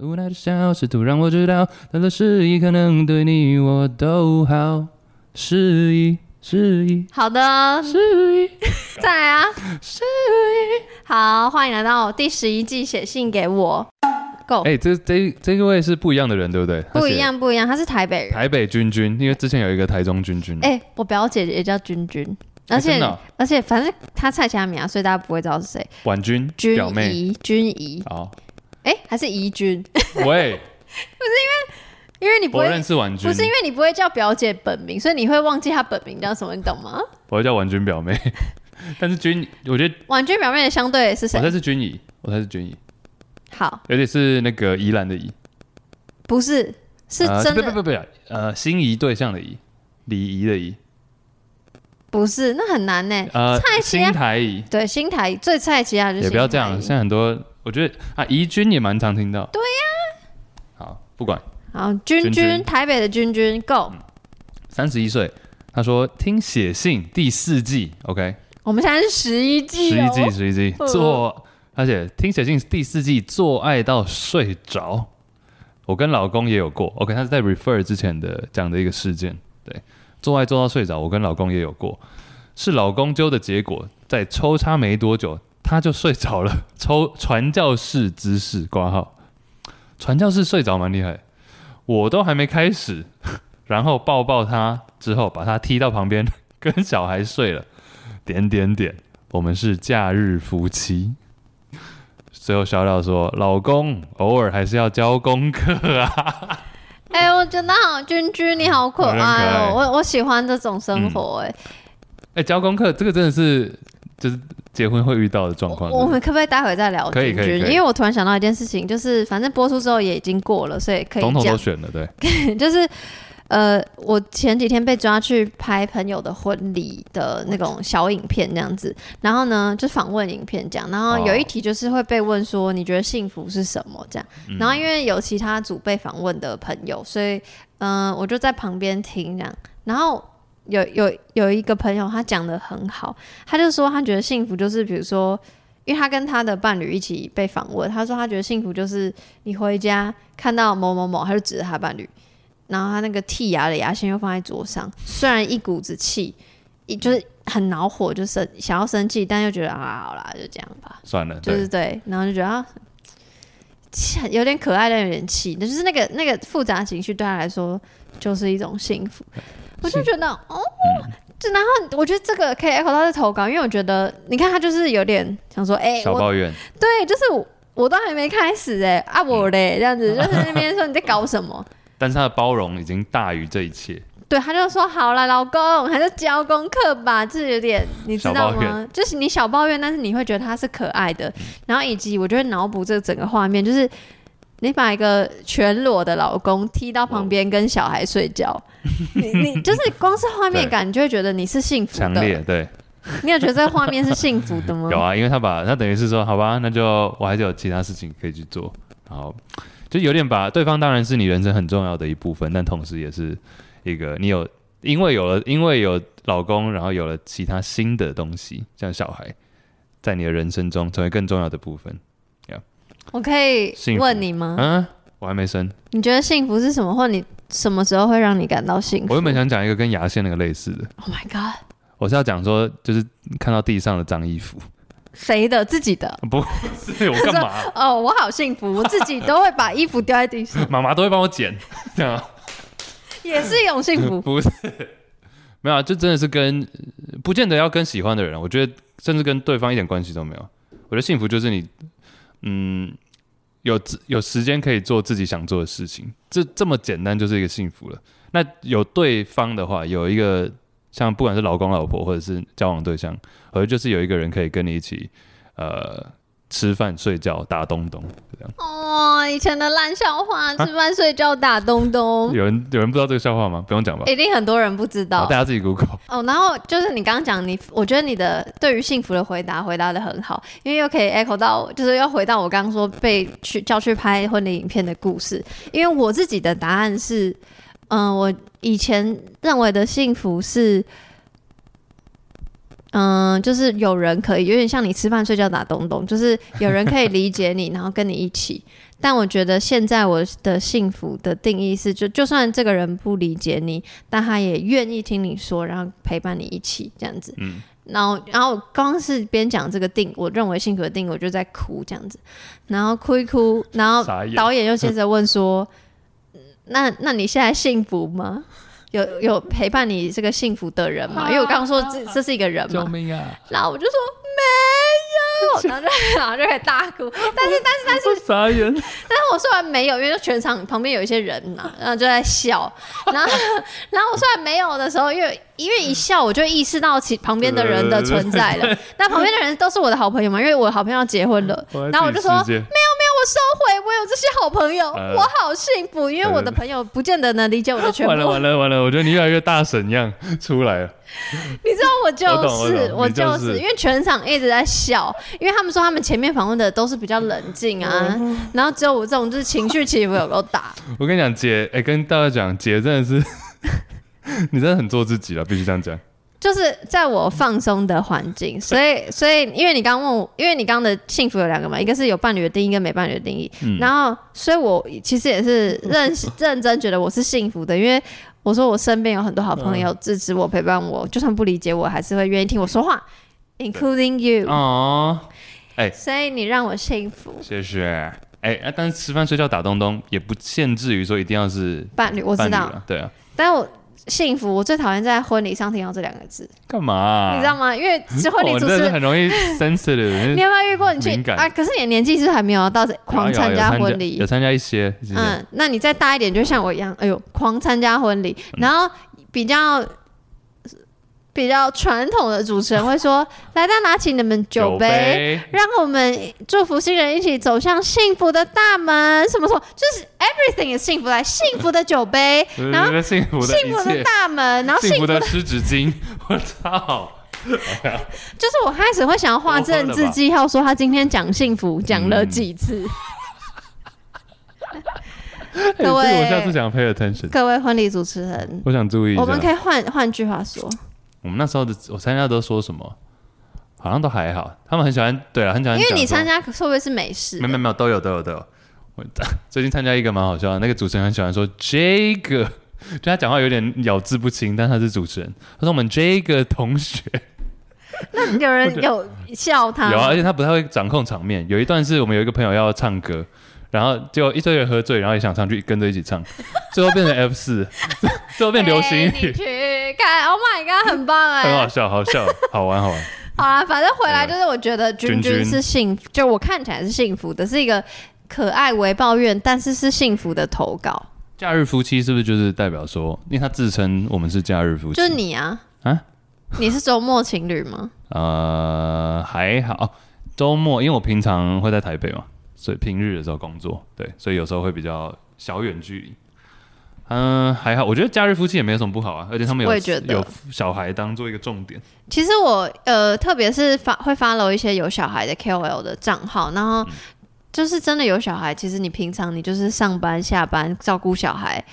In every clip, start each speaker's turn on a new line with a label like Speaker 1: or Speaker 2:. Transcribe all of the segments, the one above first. Speaker 1: 无奈的笑，试图让我知道，他的示意可能对你我都好。示意，示意，
Speaker 2: 好的，
Speaker 1: 示意，
Speaker 2: 再来啊！
Speaker 1: 示意。
Speaker 2: 好，欢迎来到第十一季，写信给我。Go，、
Speaker 1: 哎、这这这位是不一样的人，对不对？他
Speaker 2: 不
Speaker 1: 写
Speaker 2: 一。样，不一样，他是台北人。
Speaker 1: 台北君君，因为之前有一个台中君君。
Speaker 2: 哎、我表姐也叫君君，而且、
Speaker 1: 真的哦
Speaker 2: 而且反正她蔡佳敏啊，所以大家不会知道是谁。
Speaker 1: 婉君
Speaker 2: 君
Speaker 1: 表妹。
Speaker 2: 怡，君怡，
Speaker 1: 好，
Speaker 2: 哎、还是怡君，
Speaker 1: 喂，
Speaker 2: 因为你不
Speaker 1: 我认
Speaker 2: 会。
Speaker 1: 识婉君，
Speaker 2: 不是因为你不会叫表姐本名，所以你会忘记她本名叫什么，你懂吗？
Speaker 1: 我要叫婉君表妹。 但是君，我觉得
Speaker 2: 婉君表妹的相对是
Speaker 1: 我
Speaker 2: 谁
Speaker 1: 才？是君怡，我才是君怡，
Speaker 2: 好，
Speaker 1: 而且是那个宜兰的宜，
Speaker 2: 不是，是
Speaker 1: 呃
Speaker 2: 真
Speaker 1: 不
Speaker 2: 的、
Speaker 1: 不不不，呃，心仪对象的仪，礼仪的仪，
Speaker 2: 不是，那很难呢。
Speaker 1: 呃，
Speaker 2: 蔡奇
Speaker 1: 新
Speaker 2: 啊
Speaker 1: 台仪，
Speaker 2: 对，新台最菜其他就是
Speaker 1: 也不要
Speaker 2: 新
Speaker 1: 这
Speaker 2: 台
Speaker 1: 样，现在很多，我觉得啊，宜君也蛮常听到。对呀、好，不管，
Speaker 2: 好，君
Speaker 1: 君嗯
Speaker 2: 君，
Speaker 1: 君
Speaker 2: 台北的君君，Go！
Speaker 1: 三十一岁，他说听写信第四季，OK，
Speaker 2: 我们现在是十一季，
Speaker 1: 十一季，，哦十一季
Speaker 2: 嗯
Speaker 1: 做，而且听写信第四季做爱到睡着，我跟老公也有过。OK，他是在 refer 之前的讲的一个事件，对，做爱做到睡着，我跟老公也有过，是老公揪的结果，在抽插没多久他就睡着了， 抽传教士姿势挂号，传教士睡着蛮厉害，我都还没开始， 然后抱抱他之后，把他踢到旁边 跟小孩睡了，点点点。我们是假日夫妻。最后小廖说：“老公，偶尔还是要交功课啊。
Speaker 2: 哎，我觉得好，君君你好可
Speaker 1: 我很可
Speaker 2: 爱哦
Speaker 1: 爱，嗯
Speaker 2: 我我喜欢这种生活，哎，”
Speaker 1: 哎，交功课这个真的是就是结婚会遇到的状况。
Speaker 2: 我我们可不可以待会再聊
Speaker 1: 可以
Speaker 2: 君
Speaker 1: 可
Speaker 2: 君
Speaker 1: 以？可以
Speaker 2: 因为我突然想到一件事情，就是反正播出之后也已经过了，所以可
Speaker 1: 总
Speaker 2: 以
Speaker 1: 统都
Speaker 2: 讲，
Speaker 1: 选了，对，
Speaker 2: 就是。呃，我前几天被抓去拍朋友的婚礼的那种小影片那样子，然后呢，就访问影片这样，然后有一
Speaker 1: 哦
Speaker 2: 题就是会被问说你觉得幸福是什么这样，
Speaker 1: 嗯
Speaker 2: 然后因为有其他组被访问的朋友，所以嗯、呃我就在旁边听这样。然后有有有一个朋友他讲的很好，他就说他觉得幸福就是比如说，因为他跟他的伴侣一起被访问，他说他觉得幸福就是你回家看到某某某，他就指着他伴侣，然后他那个剔牙的牙线又放在桌上，虽然一股子气，一就是很恼火，就生想要生气，但又觉得啊好啦就这样吧，
Speaker 1: 算了，
Speaker 2: 就是
Speaker 1: 对，
Speaker 2: 对，然后就觉得啊，气有点可爱，但有点气，就是那个那个复杂情绪对他来说就是一种幸福。我就觉得哦，就然后我觉得这个可以 echo 到这投稿，因为我觉得你看他就是有点想说，哎、
Speaker 1: 小
Speaker 2: 我
Speaker 1: 抱怨，
Speaker 2: 对，就是我我都还没开始哎、啊我嘞这样子，就是那边说你在搞什么。
Speaker 1: 但是他的包容已经大于这一切。
Speaker 2: 对，他就说好了，老公，还是交功课吧，这有点你知道
Speaker 1: 小抱嗯
Speaker 2: 吗？就是你小抱怨，但是你会觉得他是可爱的，然后以及我就会脑补这整个画面，就是你把一个全裸的老公踢到旁边跟小孩睡 觉，你你就是光是画面感，你就会觉得你是幸福
Speaker 1: 强烈
Speaker 2: 的。
Speaker 1: 对，
Speaker 2: 你有觉得这个画面是幸福的吗？
Speaker 1: 有啊，因为他把他等于是说，好吧，那就我还是有其他事情可以去做，然后就有点把对方当然是你人生很重要的一部分，但同时也是一个你有因为有了因为有老公，然后有了其他新的东西，像小孩，在你的人生中成为更重要的部分。
Speaker 2: 我可以
Speaker 1: 幸福
Speaker 2: 问你吗？
Speaker 1: 嗯、我还没生，
Speaker 2: 你觉得幸福是什么，或你什么时候会让你感到幸福
Speaker 1: 我原本想讲一个跟牙线那个类似的，
Speaker 2: ？Oh my god，
Speaker 1: 我是要讲说，就是看到地上的脏衣服，
Speaker 2: 谁的？自己的。
Speaker 1: 不是啊我干嘛、
Speaker 2: 哦，我好幸 福，我自己都会把衣服丢在地 上，
Speaker 1: 妈妈都会帮我 捡，这样啊、
Speaker 2: 也是一种幸福。
Speaker 1: 不是，没有、啊，就真的是跟，呃不见得要跟喜欢的人，我觉得甚至跟对方一点关系都没有。我觉得幸福就是你，嗯，有自有时间可以做自己想做的事情，这这么简单就是一个幸福了。那有对方的话，有一个像不管是老公、老婆或者是交往对象，而就是有一个人可以跟你一起，呃，吃饭、睡觉、打东东，就这样。
Speaker 2: 哦，以前的烂笑话，吃饭睡觉打东东，
Speaker 1: 有人有人不知道这个笑话吗？不用讲吧，
Speaker 2: 一定很多人不知
Speaker 1: 好
Speaker 2: 道
Speaker 1: 大。家自己 Google。
Speaker 2: 哦，然后就是你刚刚讲你，我觉得你的对于幸福的回答回答的很好，因为又可以 echo 到，就是又回到我刚刚说被去叫去拍婚礼影片的故事。因为我自己的答案是，嗯、我以前认为的幸福是，嗯、就是有人可以有点像你吃饭睡觉打东东，就是有人可以理解你，然后跟你一起。但我觉得现在我的幸福的定义是就，就算这个人不理解你，但他也愿意听你说，然后陪伴你一起这样子。
Speaker 1: 嗯
Speaker 2: 然后，然后我刚是边讲这个定，我认为幸福的定义，我就在哭这样子，然后哭一哭，然后
Speaker 1: 傻眼
Speaker 2: 导演又接着问说：“那那你现在幸福吗？有有陪伴你这个幸福的人吗？”因为我刚刚说这这是一个人嘛，
Speaker 1: 命啊！
Speaker 2: 然后我就说没有，然后就 然后就开始大哭。但是但是
Speaker 1: 我傻眼，
Speaker 2: 但是我说完没有，因为就全场旁边有一些人 嘛，然后就在笑。然后 然后我说完没有的时候，因为因为一笑我就意识到其旁边的人的存在了。那旁边的人都是我的好朋友嘛，因为我好朋友结婚了，
Speaker 1: 我在
Speaker 2: 然后我
Speaker 1: 自
Speaker 2: 就
Speaker 1: 己
Speaker 2: 说
Speaker 1: 世界
Speaker 2: 我收回，我有这些好朋友，
Speaker 1: 呃
Speaker 2: 我好幸福，因为我的朋友不见得能理解 我的全部。
Speaker 1: 完了完了完了，我觉得你越来越大神样出来了。
Speaker 2: 你知道我就
Speaker 1: 我懂我
Speaker 2: 是
Speaker 1: 懂
Speaker 2: 我
Speaker 1: 你就
Speaker 2: 就是是，因为全场一直在笑，因为他们说他们前面访问的都是比较冷静啊，然后只有我这种就是情绪起伏有够大，
Speaker 1: 我跟你讲，姐，哎、跟大家讲，姐真的是， 你真的很做自己了，必须这样讲。
Speaker 2: 就是在我放松的环境，所以所以因为你刚问我，因为你刚刚的幸福有两个嘛，一个是有伴侣的定义跟没伴侣的定义，
Speaker 1: 嗯
Speaker 2: 然后所以我其实也是认 认真觉得我是幸福的，因为我说我身边有很多好朋友支持我、陪伴我，就算不理解我，还是会愿意听我说话，including you，、
Speaker 1: 哦，
Speaker 2: 所以你让我幸福。
Speaker 1: 谢谢。哎、啊，但是吃饭睡觉打东东也不限制于说一定要是
Speaker 2: 伴侣，我
Speaker 1: 伴
Speaker 2: 知
Speaker 1: 侣
Speaker 2: 道，
Speaker 1: 了，对啊，
Speaker 2: 但我幸福，我最讨厌在婚礼上听到这两个字，
Speaker 1: 干嘛啊、
Speaker 2: 你知道吗？因为 这婚礼
Speaker 1: 我
Speaker 2: 主
Speaker 1: 真的是
Speaker 2: 持人，
Speaker 1: 很容易 sensitive，
Speaker 2: 你有没有遇过你去
Speaker 1: 敏感
Speaker 2: 啊？可是你的年纪是不是还没有到狂参加婚
Speaker 1: 有
Speaker 2: 礼，
Speaker 1: 参加一些，一些
Speaker 2: 嗯，那你再大一点，就像我一样，哎呦，狂参加婚礼，
Speaker 1: 嗯
Speaker 2: 然后比较。比较传统的主持人会说：“ 来，大家拿起你们酒杯，
Speaker 1: 杯，
Speaker 2: 让我们祝福新人一起走向幸福的大门。”什么什么，就是 everything is 幸福来，幸福的酒杯，然后
Speaker 1: 对对对呃幸福的
Speaker 2: 幸
Speaker 1: 一
Speaker 2: 福的
Speaker 1: 切，
Speaker 2: 大门，然后幸
Speaker 1: 幸福
Speaker 2: 福
Speaker 1: 的湿纸巾，我操！
Speaker 2: 就是我开始会想要画政治记号，说他今天讲幸福讲
Speaker 1: 嗯
Speaker 2: 了几次。
Speaker 1: 哎这个
Speaker 2: 各位
Speaker 1: 我下次想 pay attention，
Speaker 2: 各位婚礼主持人，
Speaker 1: 我想注意一下。
Speaker 2: 我们可以换换句话说，
Speaker 1: 我们那时候的我参加都说什么，好像都还好，他们很喜欢，对啊，很喜欢
Speaker 2: 因
Speaker 1: 讲说。
Speaker 2: 为你参加会不会是美式
Speaker 1: 没？有没有没有都有都有都有。我 最近参加一个蛮好笑的，那个主持人很喜欢说这个， 就他讲话有点咬字不清，但他是主持人。他说我们这个同 学
Speaker 2: 那 有人有笑他
Speaker 1: 有啊，而且他不太会掌控场面。有一段是我们有一个朋友要唱歌，然后就一堆人喝醉，然后也想上去跟着一起唱，最后变成 F 四， 最后变流行
Speaker 2: 哎
Speaker 1: 语
Speaker 2: 你，去看，Oh my god，很棒哎、
Speaker 1: 很好啊笑，好笑，好玩，好玩。
Speaker 2: 好啦，反正回来就是我觉得君
Speaker 1: 君君
Speaker 2: 君是幸福，就我看起来是幸福的，是一个可爱为抱怨，但是是幸福的投稿，
Speaker 1: 假日夫妻是不是就是代表说，因为他自称我们是假日夫妻，
Speaker 2: 就是你啊
Speaker 1: 啊，
Speaker 2: 你是周末情侣吗？
Speaker 1: 呃，还好。哦周末，因为我平常会在台北嘛，所以平日的时候工作，对，所以有时候会比较小远距离。嗯、还好，我觉得假日夫妻也没有什么不好啊，而且他们有
Speaker 2: 我也觉得
Speaker 1: 有小孩当做一个重点，
Speaker 2: 其实我呃，特别是发会 follow 一些有小孩的 KOL 的账号，然
Speaker 1: 嗯
Speaker 2: 后就是真的有小孩，其实你平常你就是上班下班照顾小孩，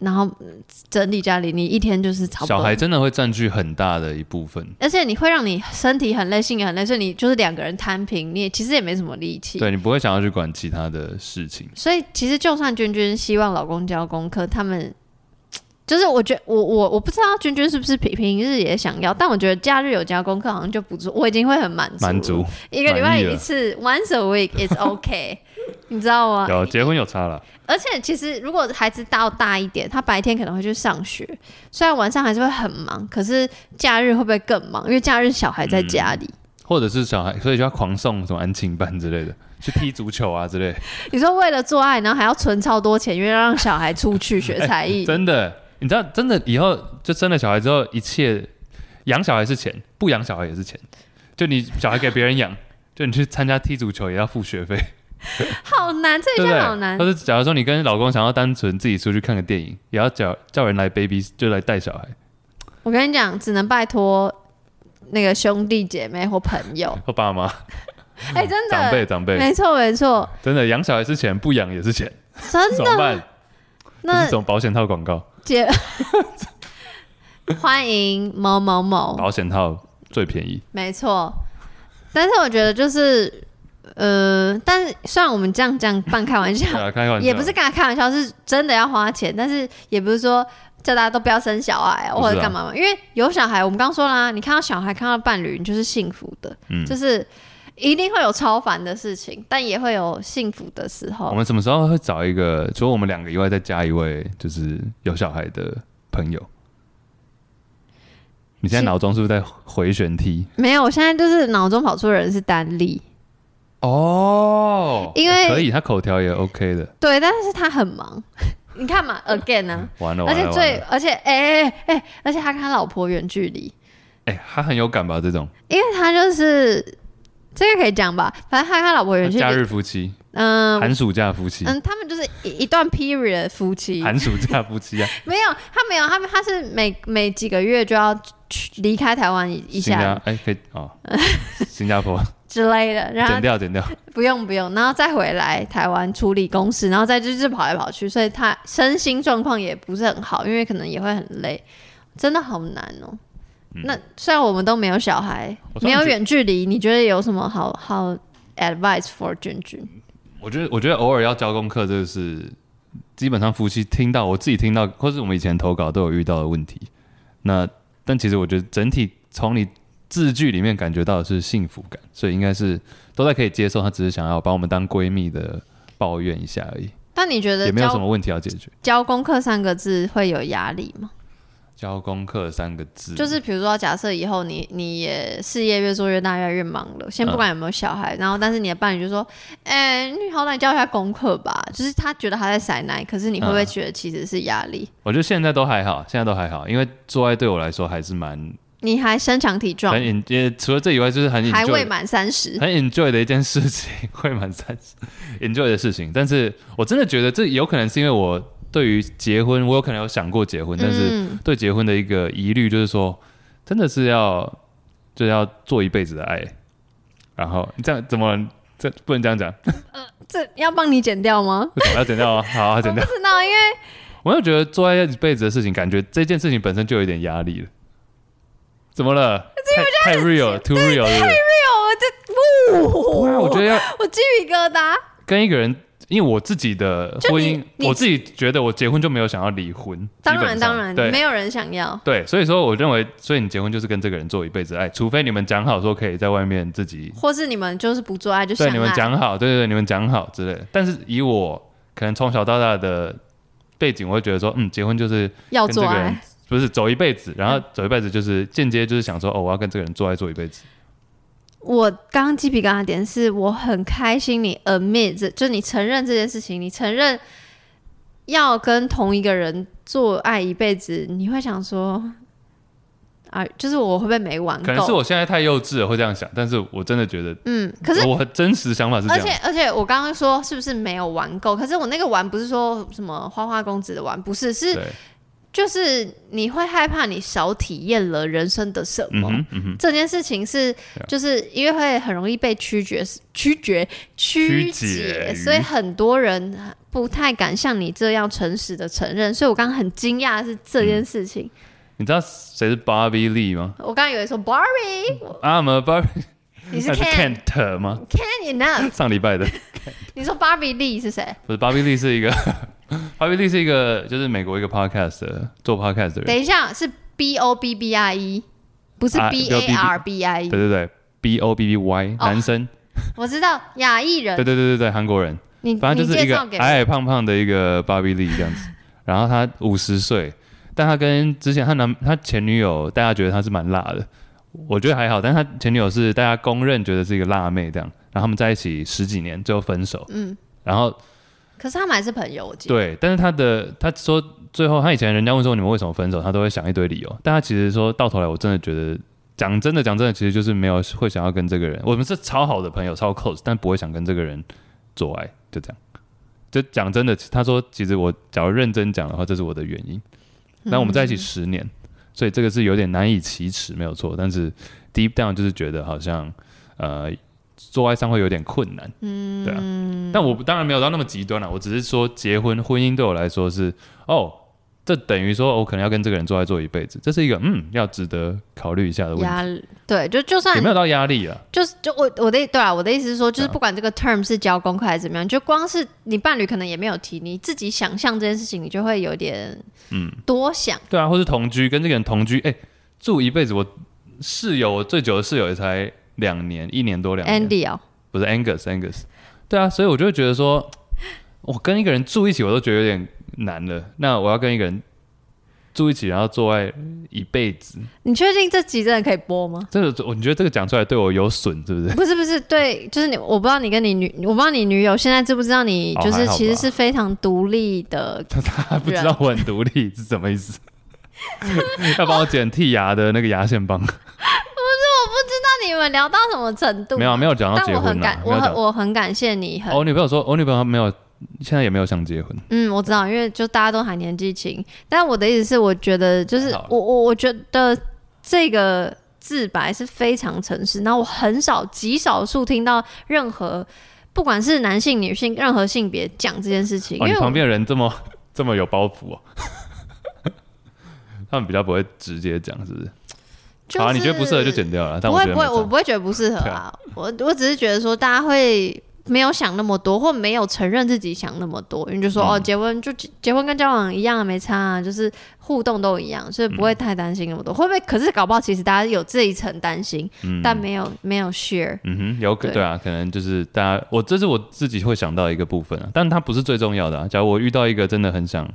Speaker 2: 然后嗯整理家里，你一天就是差不
Speaker 1: 小
Speaker 2: 多
Speaker 1: 孩。真的会占据很大的一部分。
Speaker 2: 而且你会让你身体很累，心也很累，所以你就是两个人摊平，你也其实也没什么力气。
Speaker 1: 对你不会想要去管其他的事情，
Speaker 2: 所以其实就算君君希望老公教功课，他们就是我觉我我我不知道君君是不是平平日也想要，但我觉得假日有教功课好像就不错，我已经会很满足了
Speaker 1: 满足。
Speaker 2: 一个礼拜
Speaker 1: 满意了
Speaker 2: 一次，once a week is okay，你知道吗？
Speaker 1: 有结婚有差了，
Speaker 2: 而且其实如果孩子到大一点，他白天可能会去上学，虽然晚上还是会很忙，可是假日会不会更忙？因为假日小孩在家里，
Speaker 1: 或者是小孩，所以就要狂送什么安亲班之类的，去踢足球啊之类的。
Speaker 2: 你说为了做爱，然后还要存超多钱，因为要让小孩出去学才 艺，
Speaker 1: 真的，你知道，真的以后就生了小孩之后，一切养小孩是钱，不养小孩也是钱。就你小孩给别人养，就你去参加踢足球也要付学费，
Speaker 2: 好难，这
Speaker 1: 对
Speaker 2: 一
Speaker 1: 不
Speaker 2: 项
Speaker 1: 对
Speaker 2: 好？难
Speaker 1: 或。者假如说你跟老公想要单纯自己出去看个电影，也要叫叫人来 baby 就来带小孩
Speaker 2: 我跟你讲，只能拜托那个兄弟姐妹或朋友，
Speaker 1: 或爸妈
Speaker 2: 哎、真
Speaker 1: 嗯长辈
Speaker 2: 的，
Speaker 1: 长辈，
Speaker 2: 没错没错，
Speaker 1: 真的养小孩是钱，不养也是钱，
Speaker 2: 真
Speaker 1: 怎么
Speaker 2: 的。
Speaker 1: 办？这
Speaker 2: 那
Speaker 1: 是什么保险套广告？
Speaker 2: 姐， 欢迎某某某，
Speaker 1: 保险套最便宜，
Speaker 2: 没错。但是我觉得就是呃，但是虽然我们这样这样半开 玩笑，
Speaker 1: 对啊，开玩笑，
Speaker 2: 也不是跟他开玩笑，是真的要花钱，但是也不是说叫大家都不要生小孩啊
Speaker 1: 不是啊
Speaker 2: 或者干嘛嘛，因为有小孩，我们刚刚说啦，你看到小孩看到伴侣，你就是幸福的，
Speaker 1: 嗯
Speaker 2: 就是一定会有超凡的事情，但也会有幸福的时
Speaker 1: 我
Speaker 2: 候。
Speaker 1: 们什么时候会找一个，除了我们两个以外，再加一位就是有小孩的朋友？你现在
Speaker 2: 是
Speaker 1: 脑中是不是在回旋踢？
Speaker 2: 没有，我现在就是脑中跑出的人是丹丽，
Speaker 1: 哦
Speaker 2: 因为
Speaker 1: 可以，他口条也 OK 的。
Speaker 2: 对，但是他很忙， 你看嘛，again 啊，
Speaker 1: 完了，完
Speaker 2: 而
Speaker 1: 了，
Speaker 2: 且
Speaker 1: 嗯完
Speaker 2: 最
Speaker 1: 了，
Speaker 2: 而且哎哎哎，而且他跟他老婆远距离，
Speaker 1: 哎、他很有感吧？这种
Speaker 2: 因为他就是这个可以讲吧，反正他跟他老婆远距
Speaker 1: 假
Speaker 2: 离，
Speaker 1: 日夫妻、
Speaker 2: 嗯、
Speaker 1: 寒暑假夫妻、
Speaker 2: 嗯，他们就是一一段 period 夫妻，
Speaker 1: 寒暑假夫妻啊，
Speaker 2: 没有，他没有，他们他是每每几个月就要去离开台湾一 一
Speaker 1: 新加
Speaker 2: 下
Speaker 1: 哎、可以 哦，新加坡
Speaker 2: 之类的，然
Speaker 1: 剪
Speaker 2: 后
Speaker 1: 掉剪掉，
Speaker 2: 不用不用，然后再回来台湾处理公事，然后再就是跑来跑去，所以他身心状况也不是很好，因为可能也会很累，真的好难哦、
Speaker 1: 嗯
Speaker 2: 那虽然我们都没有小孩，
Speaker 1: 我突
Speaker 2: 没
Speaker 1: 然
Speaker 2: 有
Speaker 1: 觉
Speaker 2: 远距离，你觉得有什么好好 advice for 君君？
Speaker 1: 我觉得，我觉得偶尔要交功课，这个是基本上夫妻听到，我自己听到，或是我们以前投稿都有遇到的问题。那但其实我觉得整体从你字句里面感觉到的是幸福感，所以应该是都在可以接受。她只是想要把我们当闺蜜的抱怨一下而已，
Speaker 2: 但你觉得
Speaker 1: 也没有什
Speaker 2: 教
Speaker 1: 么问题要解决。
Speaker 2: 教功课三个字会有压力吗？
Speaker 1: 交功课三个字，
Speaker 2: 就是比如说，假设以后你你也事业越做越大，越来越忙了，先
Speaker 1: 嗯
Speaker 2: 不管有没有小孩，然后但是你的伴侣就说：“哎、你好歹教一下功课吧。”就是他觉得他在塞奶，可是你会不会
Speaker 1: 嗯
Speaker 2: 觉得其实是压力？
Speaker 1: 我觉得现在都还好，现在都还好，因为做爱对我来说还是蛮
Speaker 2: 你还身强体壮
Speaker 1: 很，en- 也除了这以外，哎就是哎很
Speaker 2: 还
Speaker 1: enjoy
Speaker 2: 未满三十，
Speaker 1: 很 enjoy 的一件事情， 会满三十 enjoy 的事情。但是我真的觉得这有可能是因为我对于结婚，我有可能有想过结婚，但是
Speaker 2: 嗯，
Speaker 1: 对结婚的一个疑虑就是说，真的是要就要做一辈子的爱。然后这样怎么这不能这样讲？
Speaker 2: 这要帮你减掉吗？
Speaker 1: 为什么要剪掉啊？ 好啊，剪掉
Speaker 2: 不。知道，因为哎
Speaker 1: 我又觉得做爱一辈子的事情，感觉这件事情本身就有一点压力了。怎么了？太太 real 了，too real 了。
Speaker 2: 哎呦，我这，
Speaker 1: 对啊，我觉得要
Speaker 2: 我鸡皮疙瘩。
Speaker 1: 跟一个人，因为我自己的
Speaker 2: 就
Speaker 1: 婚
Speaker 2: 你
Speaker 1: 姻，
Speaker 2: 你
Speaker 1: 我自己觉得我结婚就没有想要离婚，
Speaker 2: 当
Speaker 1: 基
Speaker 2: 然，
Speaker 1: 本上
Speaker 2: 当然，
Speaker 1: 对
Speaker 2: 没有人想要。
Speaker 1: 对，所以说我认为，所以你结婚就是跟这个人做一辈子爱，除非你们讲好说可以在外面自己，
Speaker 2: 或是你们就是不做爱就相
Speaker 1: 对，你
Speaker 2: 爱，
Speaker 1: 们讲
Speaker 2: 啊
Speaker 1: 好，对对对，你们讲好之类的。但是以我可能从小到大的背景，我会觉得说，嗯，结婚就是
Speaker 2: 要
Speaker 1: 跟这
Speaker 2: 做
Speaker 1: 个
Speaker 2: 爱嗯
Speaker 1: 人，不是走一辈子，然后走一辈子就是间接就是想说，哦，我要跟这个人做爱做一辈子，
Speaker 2: 我刚刚鸡皮疙瘩的点是我很开心你 admit 这，就你承认这件事情，你承认要跟同一个人做爱一辈子，你会想说啊，就是我会不会没玩够？
Speaker 1: 可能是我现在太幼稚了会这样想，但是我真的觉得，
Speaker 2: 嗯，可是
Speaker 1: 我真实想法是这
Speaker 2: 而
Speaker 1: 样
Speaker 2: 且。而且我刚刚说是不是没有玩够？可是我那个玩不是说什么花花公子的玩，不是是
Speaker 1: 对，
Speaker 2: 就是你会害怕你少体验了人生的什
Speaker 1: 嗯
Speaker 2: 么。
Speaker 1: 哼，嗯哼。
Speaker 2: 这件事情是
Speaker 1: Yeah.，
Speaker 2: 就是因为会很容易被曲解、曲解、曲
Speaker 1: 解
Speaker 2: 解，
Speaker 1: 于
Speaker 2: 所以很多人不太敢像你这样诚实的承认。所以我刚刚很惊讶的是这件事情，
Speaker 1: 嗯你知道谁是 Bobby Lee 吗
Speaker 2: 我刚刚以为说 Barry，
Speaker 1: ？I'm a Bobby，
Speaker 2: 你是
Speaker 1: 那
Speaker 2: Ken
Speaker 1: Kent 吗？
Speaker 2: Ken enough，
Speaker 1: 上礼拜的，
Speaker 2: 你说 Barbie Lee 是谁？
Speaker 1: 不是 Bobby Lee 是一个 ，Bobby Lee 是一个就是美国一个 podcast 的做 podcast 的
Speaker 2: 等
Speaker 1: 人，
Speaker 2: 一下是 B O B B I E，不是
Speaker 1: 啊
Speaker 2: B A R B I
Speaker 1: 对
Speaker 2: E，
Speaker 1: 对对，B O B B Y
Speaker 2: 哦
Speaker 1: 男生，
Speaker 2: 我知道亚裔
Speaker 1: 对对
Speaker 2: 人，
Speaker 1: 对对对，韩国人，
Speaker 2: 你
Speaker 1: 反正
Speaker 2: 你
Speaker 1: 就是一
Speaker 2: 介
Speaker 1: 个哎
Speaker 2: 绍给我
Speaker 1: 矮矮胖胖的一个 Bobby Lee 这样子，然后他五十岁，但他跟之前他男他前女友，大家觉得他是蛮辣的，我觉得还好，但他前女友是大家公认觉得是一个辣妹这样，然后他们在一起十几年，最后分手，
Speaker 2: 嗯，
Speaker 1: 然后
Speaker 2: 可是他们还是朋友，我记得。
Speaker 1: 对，但是他的他说最后他以前人家问说你们为什么分手，他都会想一堆理由。但他其实说到头来，我真的觉得讲真的讲真的，其实就是没有会想要跟这个人，我们是超好的朋友，超 close，但不会想跟这个人做爱，就这样。就讲真的，他说其实我假如认真讲的话，这是我的原因。那我们在一起十年，所以这个是有点难以启齿，没有错。但是 deep down 就是觉得好像呃做爱上会有点困难，嗯，对啊啊。但我不当然没有到那么极端了，我只是说结婚婚姻对我来说是哦，这等于说我可能要跟这个人做爱做一辈子，这是一个嗯要值得考虑一下的问题，
Speaker 2: 压力对，就就算
Speaker 1: 也没有到压力啊。
Speaker 2: 就是就我我的对啊，我的意思是说，就是
Speaker 1: 对啊
Speaker 2: 不管这个 term 是交功课还是怎么样，就光是你伴侣可能也没有提，你自己想象这件事情，你就会有点嗯多想。
Speaker 1: 对啊，或是同居，跟这个人同居，哎、住一辈子，我室友我最久的室友也才两年，一年多两年
Speaker 2: Andy 哦，
Speaker 1: 不是 Angus Angus，对啊，所以我就会觉得说，我跟一个人住一起，我都觉得有点难了。那我要跟一个人住一起，然后做爱一辈子，
Speaker 2: 你确定这集真的可以播吗？
Speaker 1: 这个我你觉得这个讲出来对我有损，是不 是？
Speaker 2: 不是不是，对，就是你，我不知道你跟你女，我不知道你女友现在知不知道你，
Speaker 1: 哦
Speaker 2: 就
Speaker 1: 还
Speaker 2: 是
Speaker 1: 好吧
Speaker 2: 其实是非常独立的，
Speaker 1: 他不知道我很独立是什么意 思？要帮我剪剔牙的那个牙线棒，
Speaker 2: 那你们聊到什么程度？
Speaker 1: 没有没有讲到
Speaker 2: 啊但
Speaker 1: 结
Speaker 2: 我
Speaker 1: 婚
Speaker 2: 很
Speaker 1: 啦
Speaker 2: 感，，
Speaker 1: 没
Speaker 2: 我
Speaker 1: 有
Speaker 2: 很
Speaker 1: 讲。哦
Speaker 2: 我很感谢你很，
Speaker 1: 我女朋友说，我女朋友没有，现在也没有想结婚。
Speaker 2: 嗯，我知道，因为就大家都还年纪轻，但我的意思是，我觉得就是
Speaker 1: 还好啦
Speaker 2: 我我我觉得这个自白是非常诚实，然后我很少极少数听到任何不管是男性女性任何性别讲这件事情，
Speaker 1: 哦，
Speaker 2: 因
Speaker 1: 你
Speaker 2: 为我
Speaker 1: 旁边的人这么这么有包袱哦， 他们比较不会直接讲，是不是？
Speaker 2: 就是、
Speaker 1: 好、啊，你觉得不适合就。剪掉了，但
Speaker 2: 不
Speaker 1: 我
Speaker 2: 会
Speaker 1: 觉得
Speaker 2: 不会，
Speaker 1: 没差
Speaker 2: 我不会觉得不适合
Speaker 1: 对
Speaker 2: 啊。我我只是觉得说，大家会没有想那么多，或没有承认自己想那么多，因为就说、
Speaker 1: 嗯
Speaker 2: 哦，结婚就结结婚跟交往一样啊，没差啊，就是互动都一样，所以不
Speaker 1: 嗯
Speaker 2: 会太担心那么多。会不会？可是搞不好其实大家有这一层担心，但没有没有 share。
Speaker 1: 嗯哼，有可
Speaker 2: 对
Speaker 1: 对啊，可能就是大家，我这是我自己会想到一个部分啊，但它不是最重要的啊。假如我遇到一个真的很想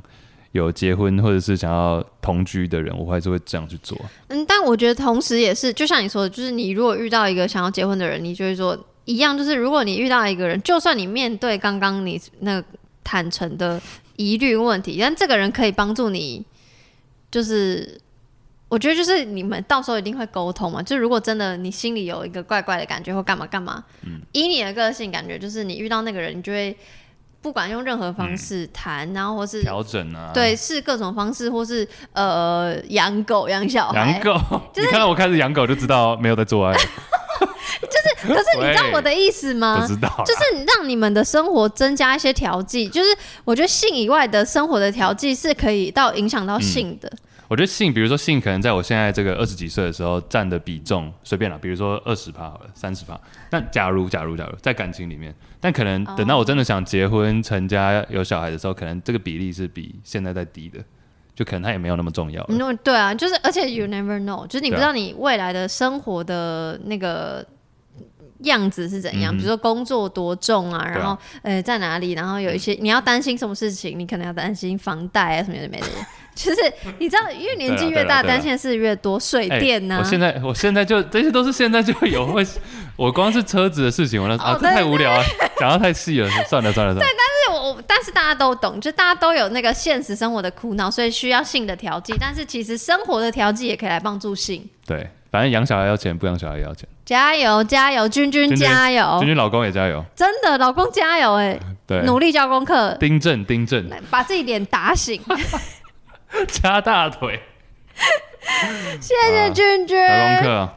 Speaker 1: 有结婚或者是想要同居的人，我还是会这样去做。啊
Speaker 2: 嗯，但我觉得同时也是，就像你说的，就是你如果遇到一个想要结婚的人，你就会说一样，就是如果你遇到一个人，就算你面对刚刚你那个坦诚的疑虑问题，但这个人可以帮助你，就是我觉得就是你们到时候一定会沟通嘛。就如果真的你心里有一个怪怪的感觉或干嘛干嘛，
Speaker 1: 嗯
Speaker 2: 以你的个性感觉，就是你遇到那个人，你就会不管用任何方
Speaker 1: 嗯
Speaker 2: 式谈，然后或是。
Speaker 1: 调整啊，
Speaker 2: 对，，是各种方式，或是呃养狗、养小
Speaker 1: 养
Speaker 2: 孩，
Speaker 1: 狗， 你看到我开始养狗就知道没有在做爱了，
Speaker 2: 可是你知道
Speaker 1: 喂
Speaker 2: 我的意思
Speaker 1: 我
Speaker 2: 吗？
Speaker 1: 知道啦，
Speaker 2: 啊就是让你们的生活增加一些调剂，就是我觉得性以外的生活的调剂是可以到影响到性的。
Speaker 1: 我觉得性，比如说性，可能在我现在这个二十几岁的时候占的比重，随便啦，比如说二十趴好了，三十趴。那假如假如假如在感情里面，但可
Speaker 2: 哦
Speaker 1: 能等到我真的想结婚、成家、有小孩的时候，可能这个比例是比现在在低的，就可能它也没有那么重要了。
Speaker 2: 那、对啊，就是而且 you never know，就是你
Speaker 1: 嗯
Speaker 2: 不
Speaker 1: 对啊
Speaker 2: 知道你未来的生活的那个。样子是怎
Speaker 1: 嗯
Speaker 2: 样？
Speaker 1: 哼
Speaker 2: 比如说工作多重啊，
Speaker 1: 对啊
Speaker 2: 然后呃在哪里，然后有一些你要担心什么事情，你可能要担心房贷啊什么的没的，就是你知道，因为年
Speaker 1: 对
Speaker 2: 纪
Speaker 1: 啊
Speaker 2: 越
Speaker 1: 对啊
Speaker 2: 大，
Speaker 1: 对啊
Speaker 2: 担心的事越多，水
Speaker 1: 哎
Speaker 2: 电啊呐、
Speaker 1: 我现在我现在就这些都是现在就有会，我光是车子的事情，我那啊
Speaker 2: 哦
Speaker 1: 这
Speaker 2: 对
Speaker 1: 太无聊了，讲到太细了，算了算了算了。
Speaker 2: 我我但是大家都懂，就大家都有那个现实生活的苦恼，所以需要性的调剂。但是其实生活的调剂也可以来帮助性。
Speaker 1: 对，反正养小孩要钱，不养小孩也要钱。
Speaker 2: 加油，加油，君君
Speaker 1: 君君
Speaker 2: 加油！
Speaker 1: 君君老公也加油，
Speaker 2: 真的，老公加油哎、
Speaker 1: 对，
Speaker 2: 哦努力交功课，
Speaker 1: 丁正丁正。
Speaker 2: 来把自己脸打醒。
Speaker 1: 掐大腿。
Speaker 2: 谢谢君君，
Speaker 1: 打功课啊，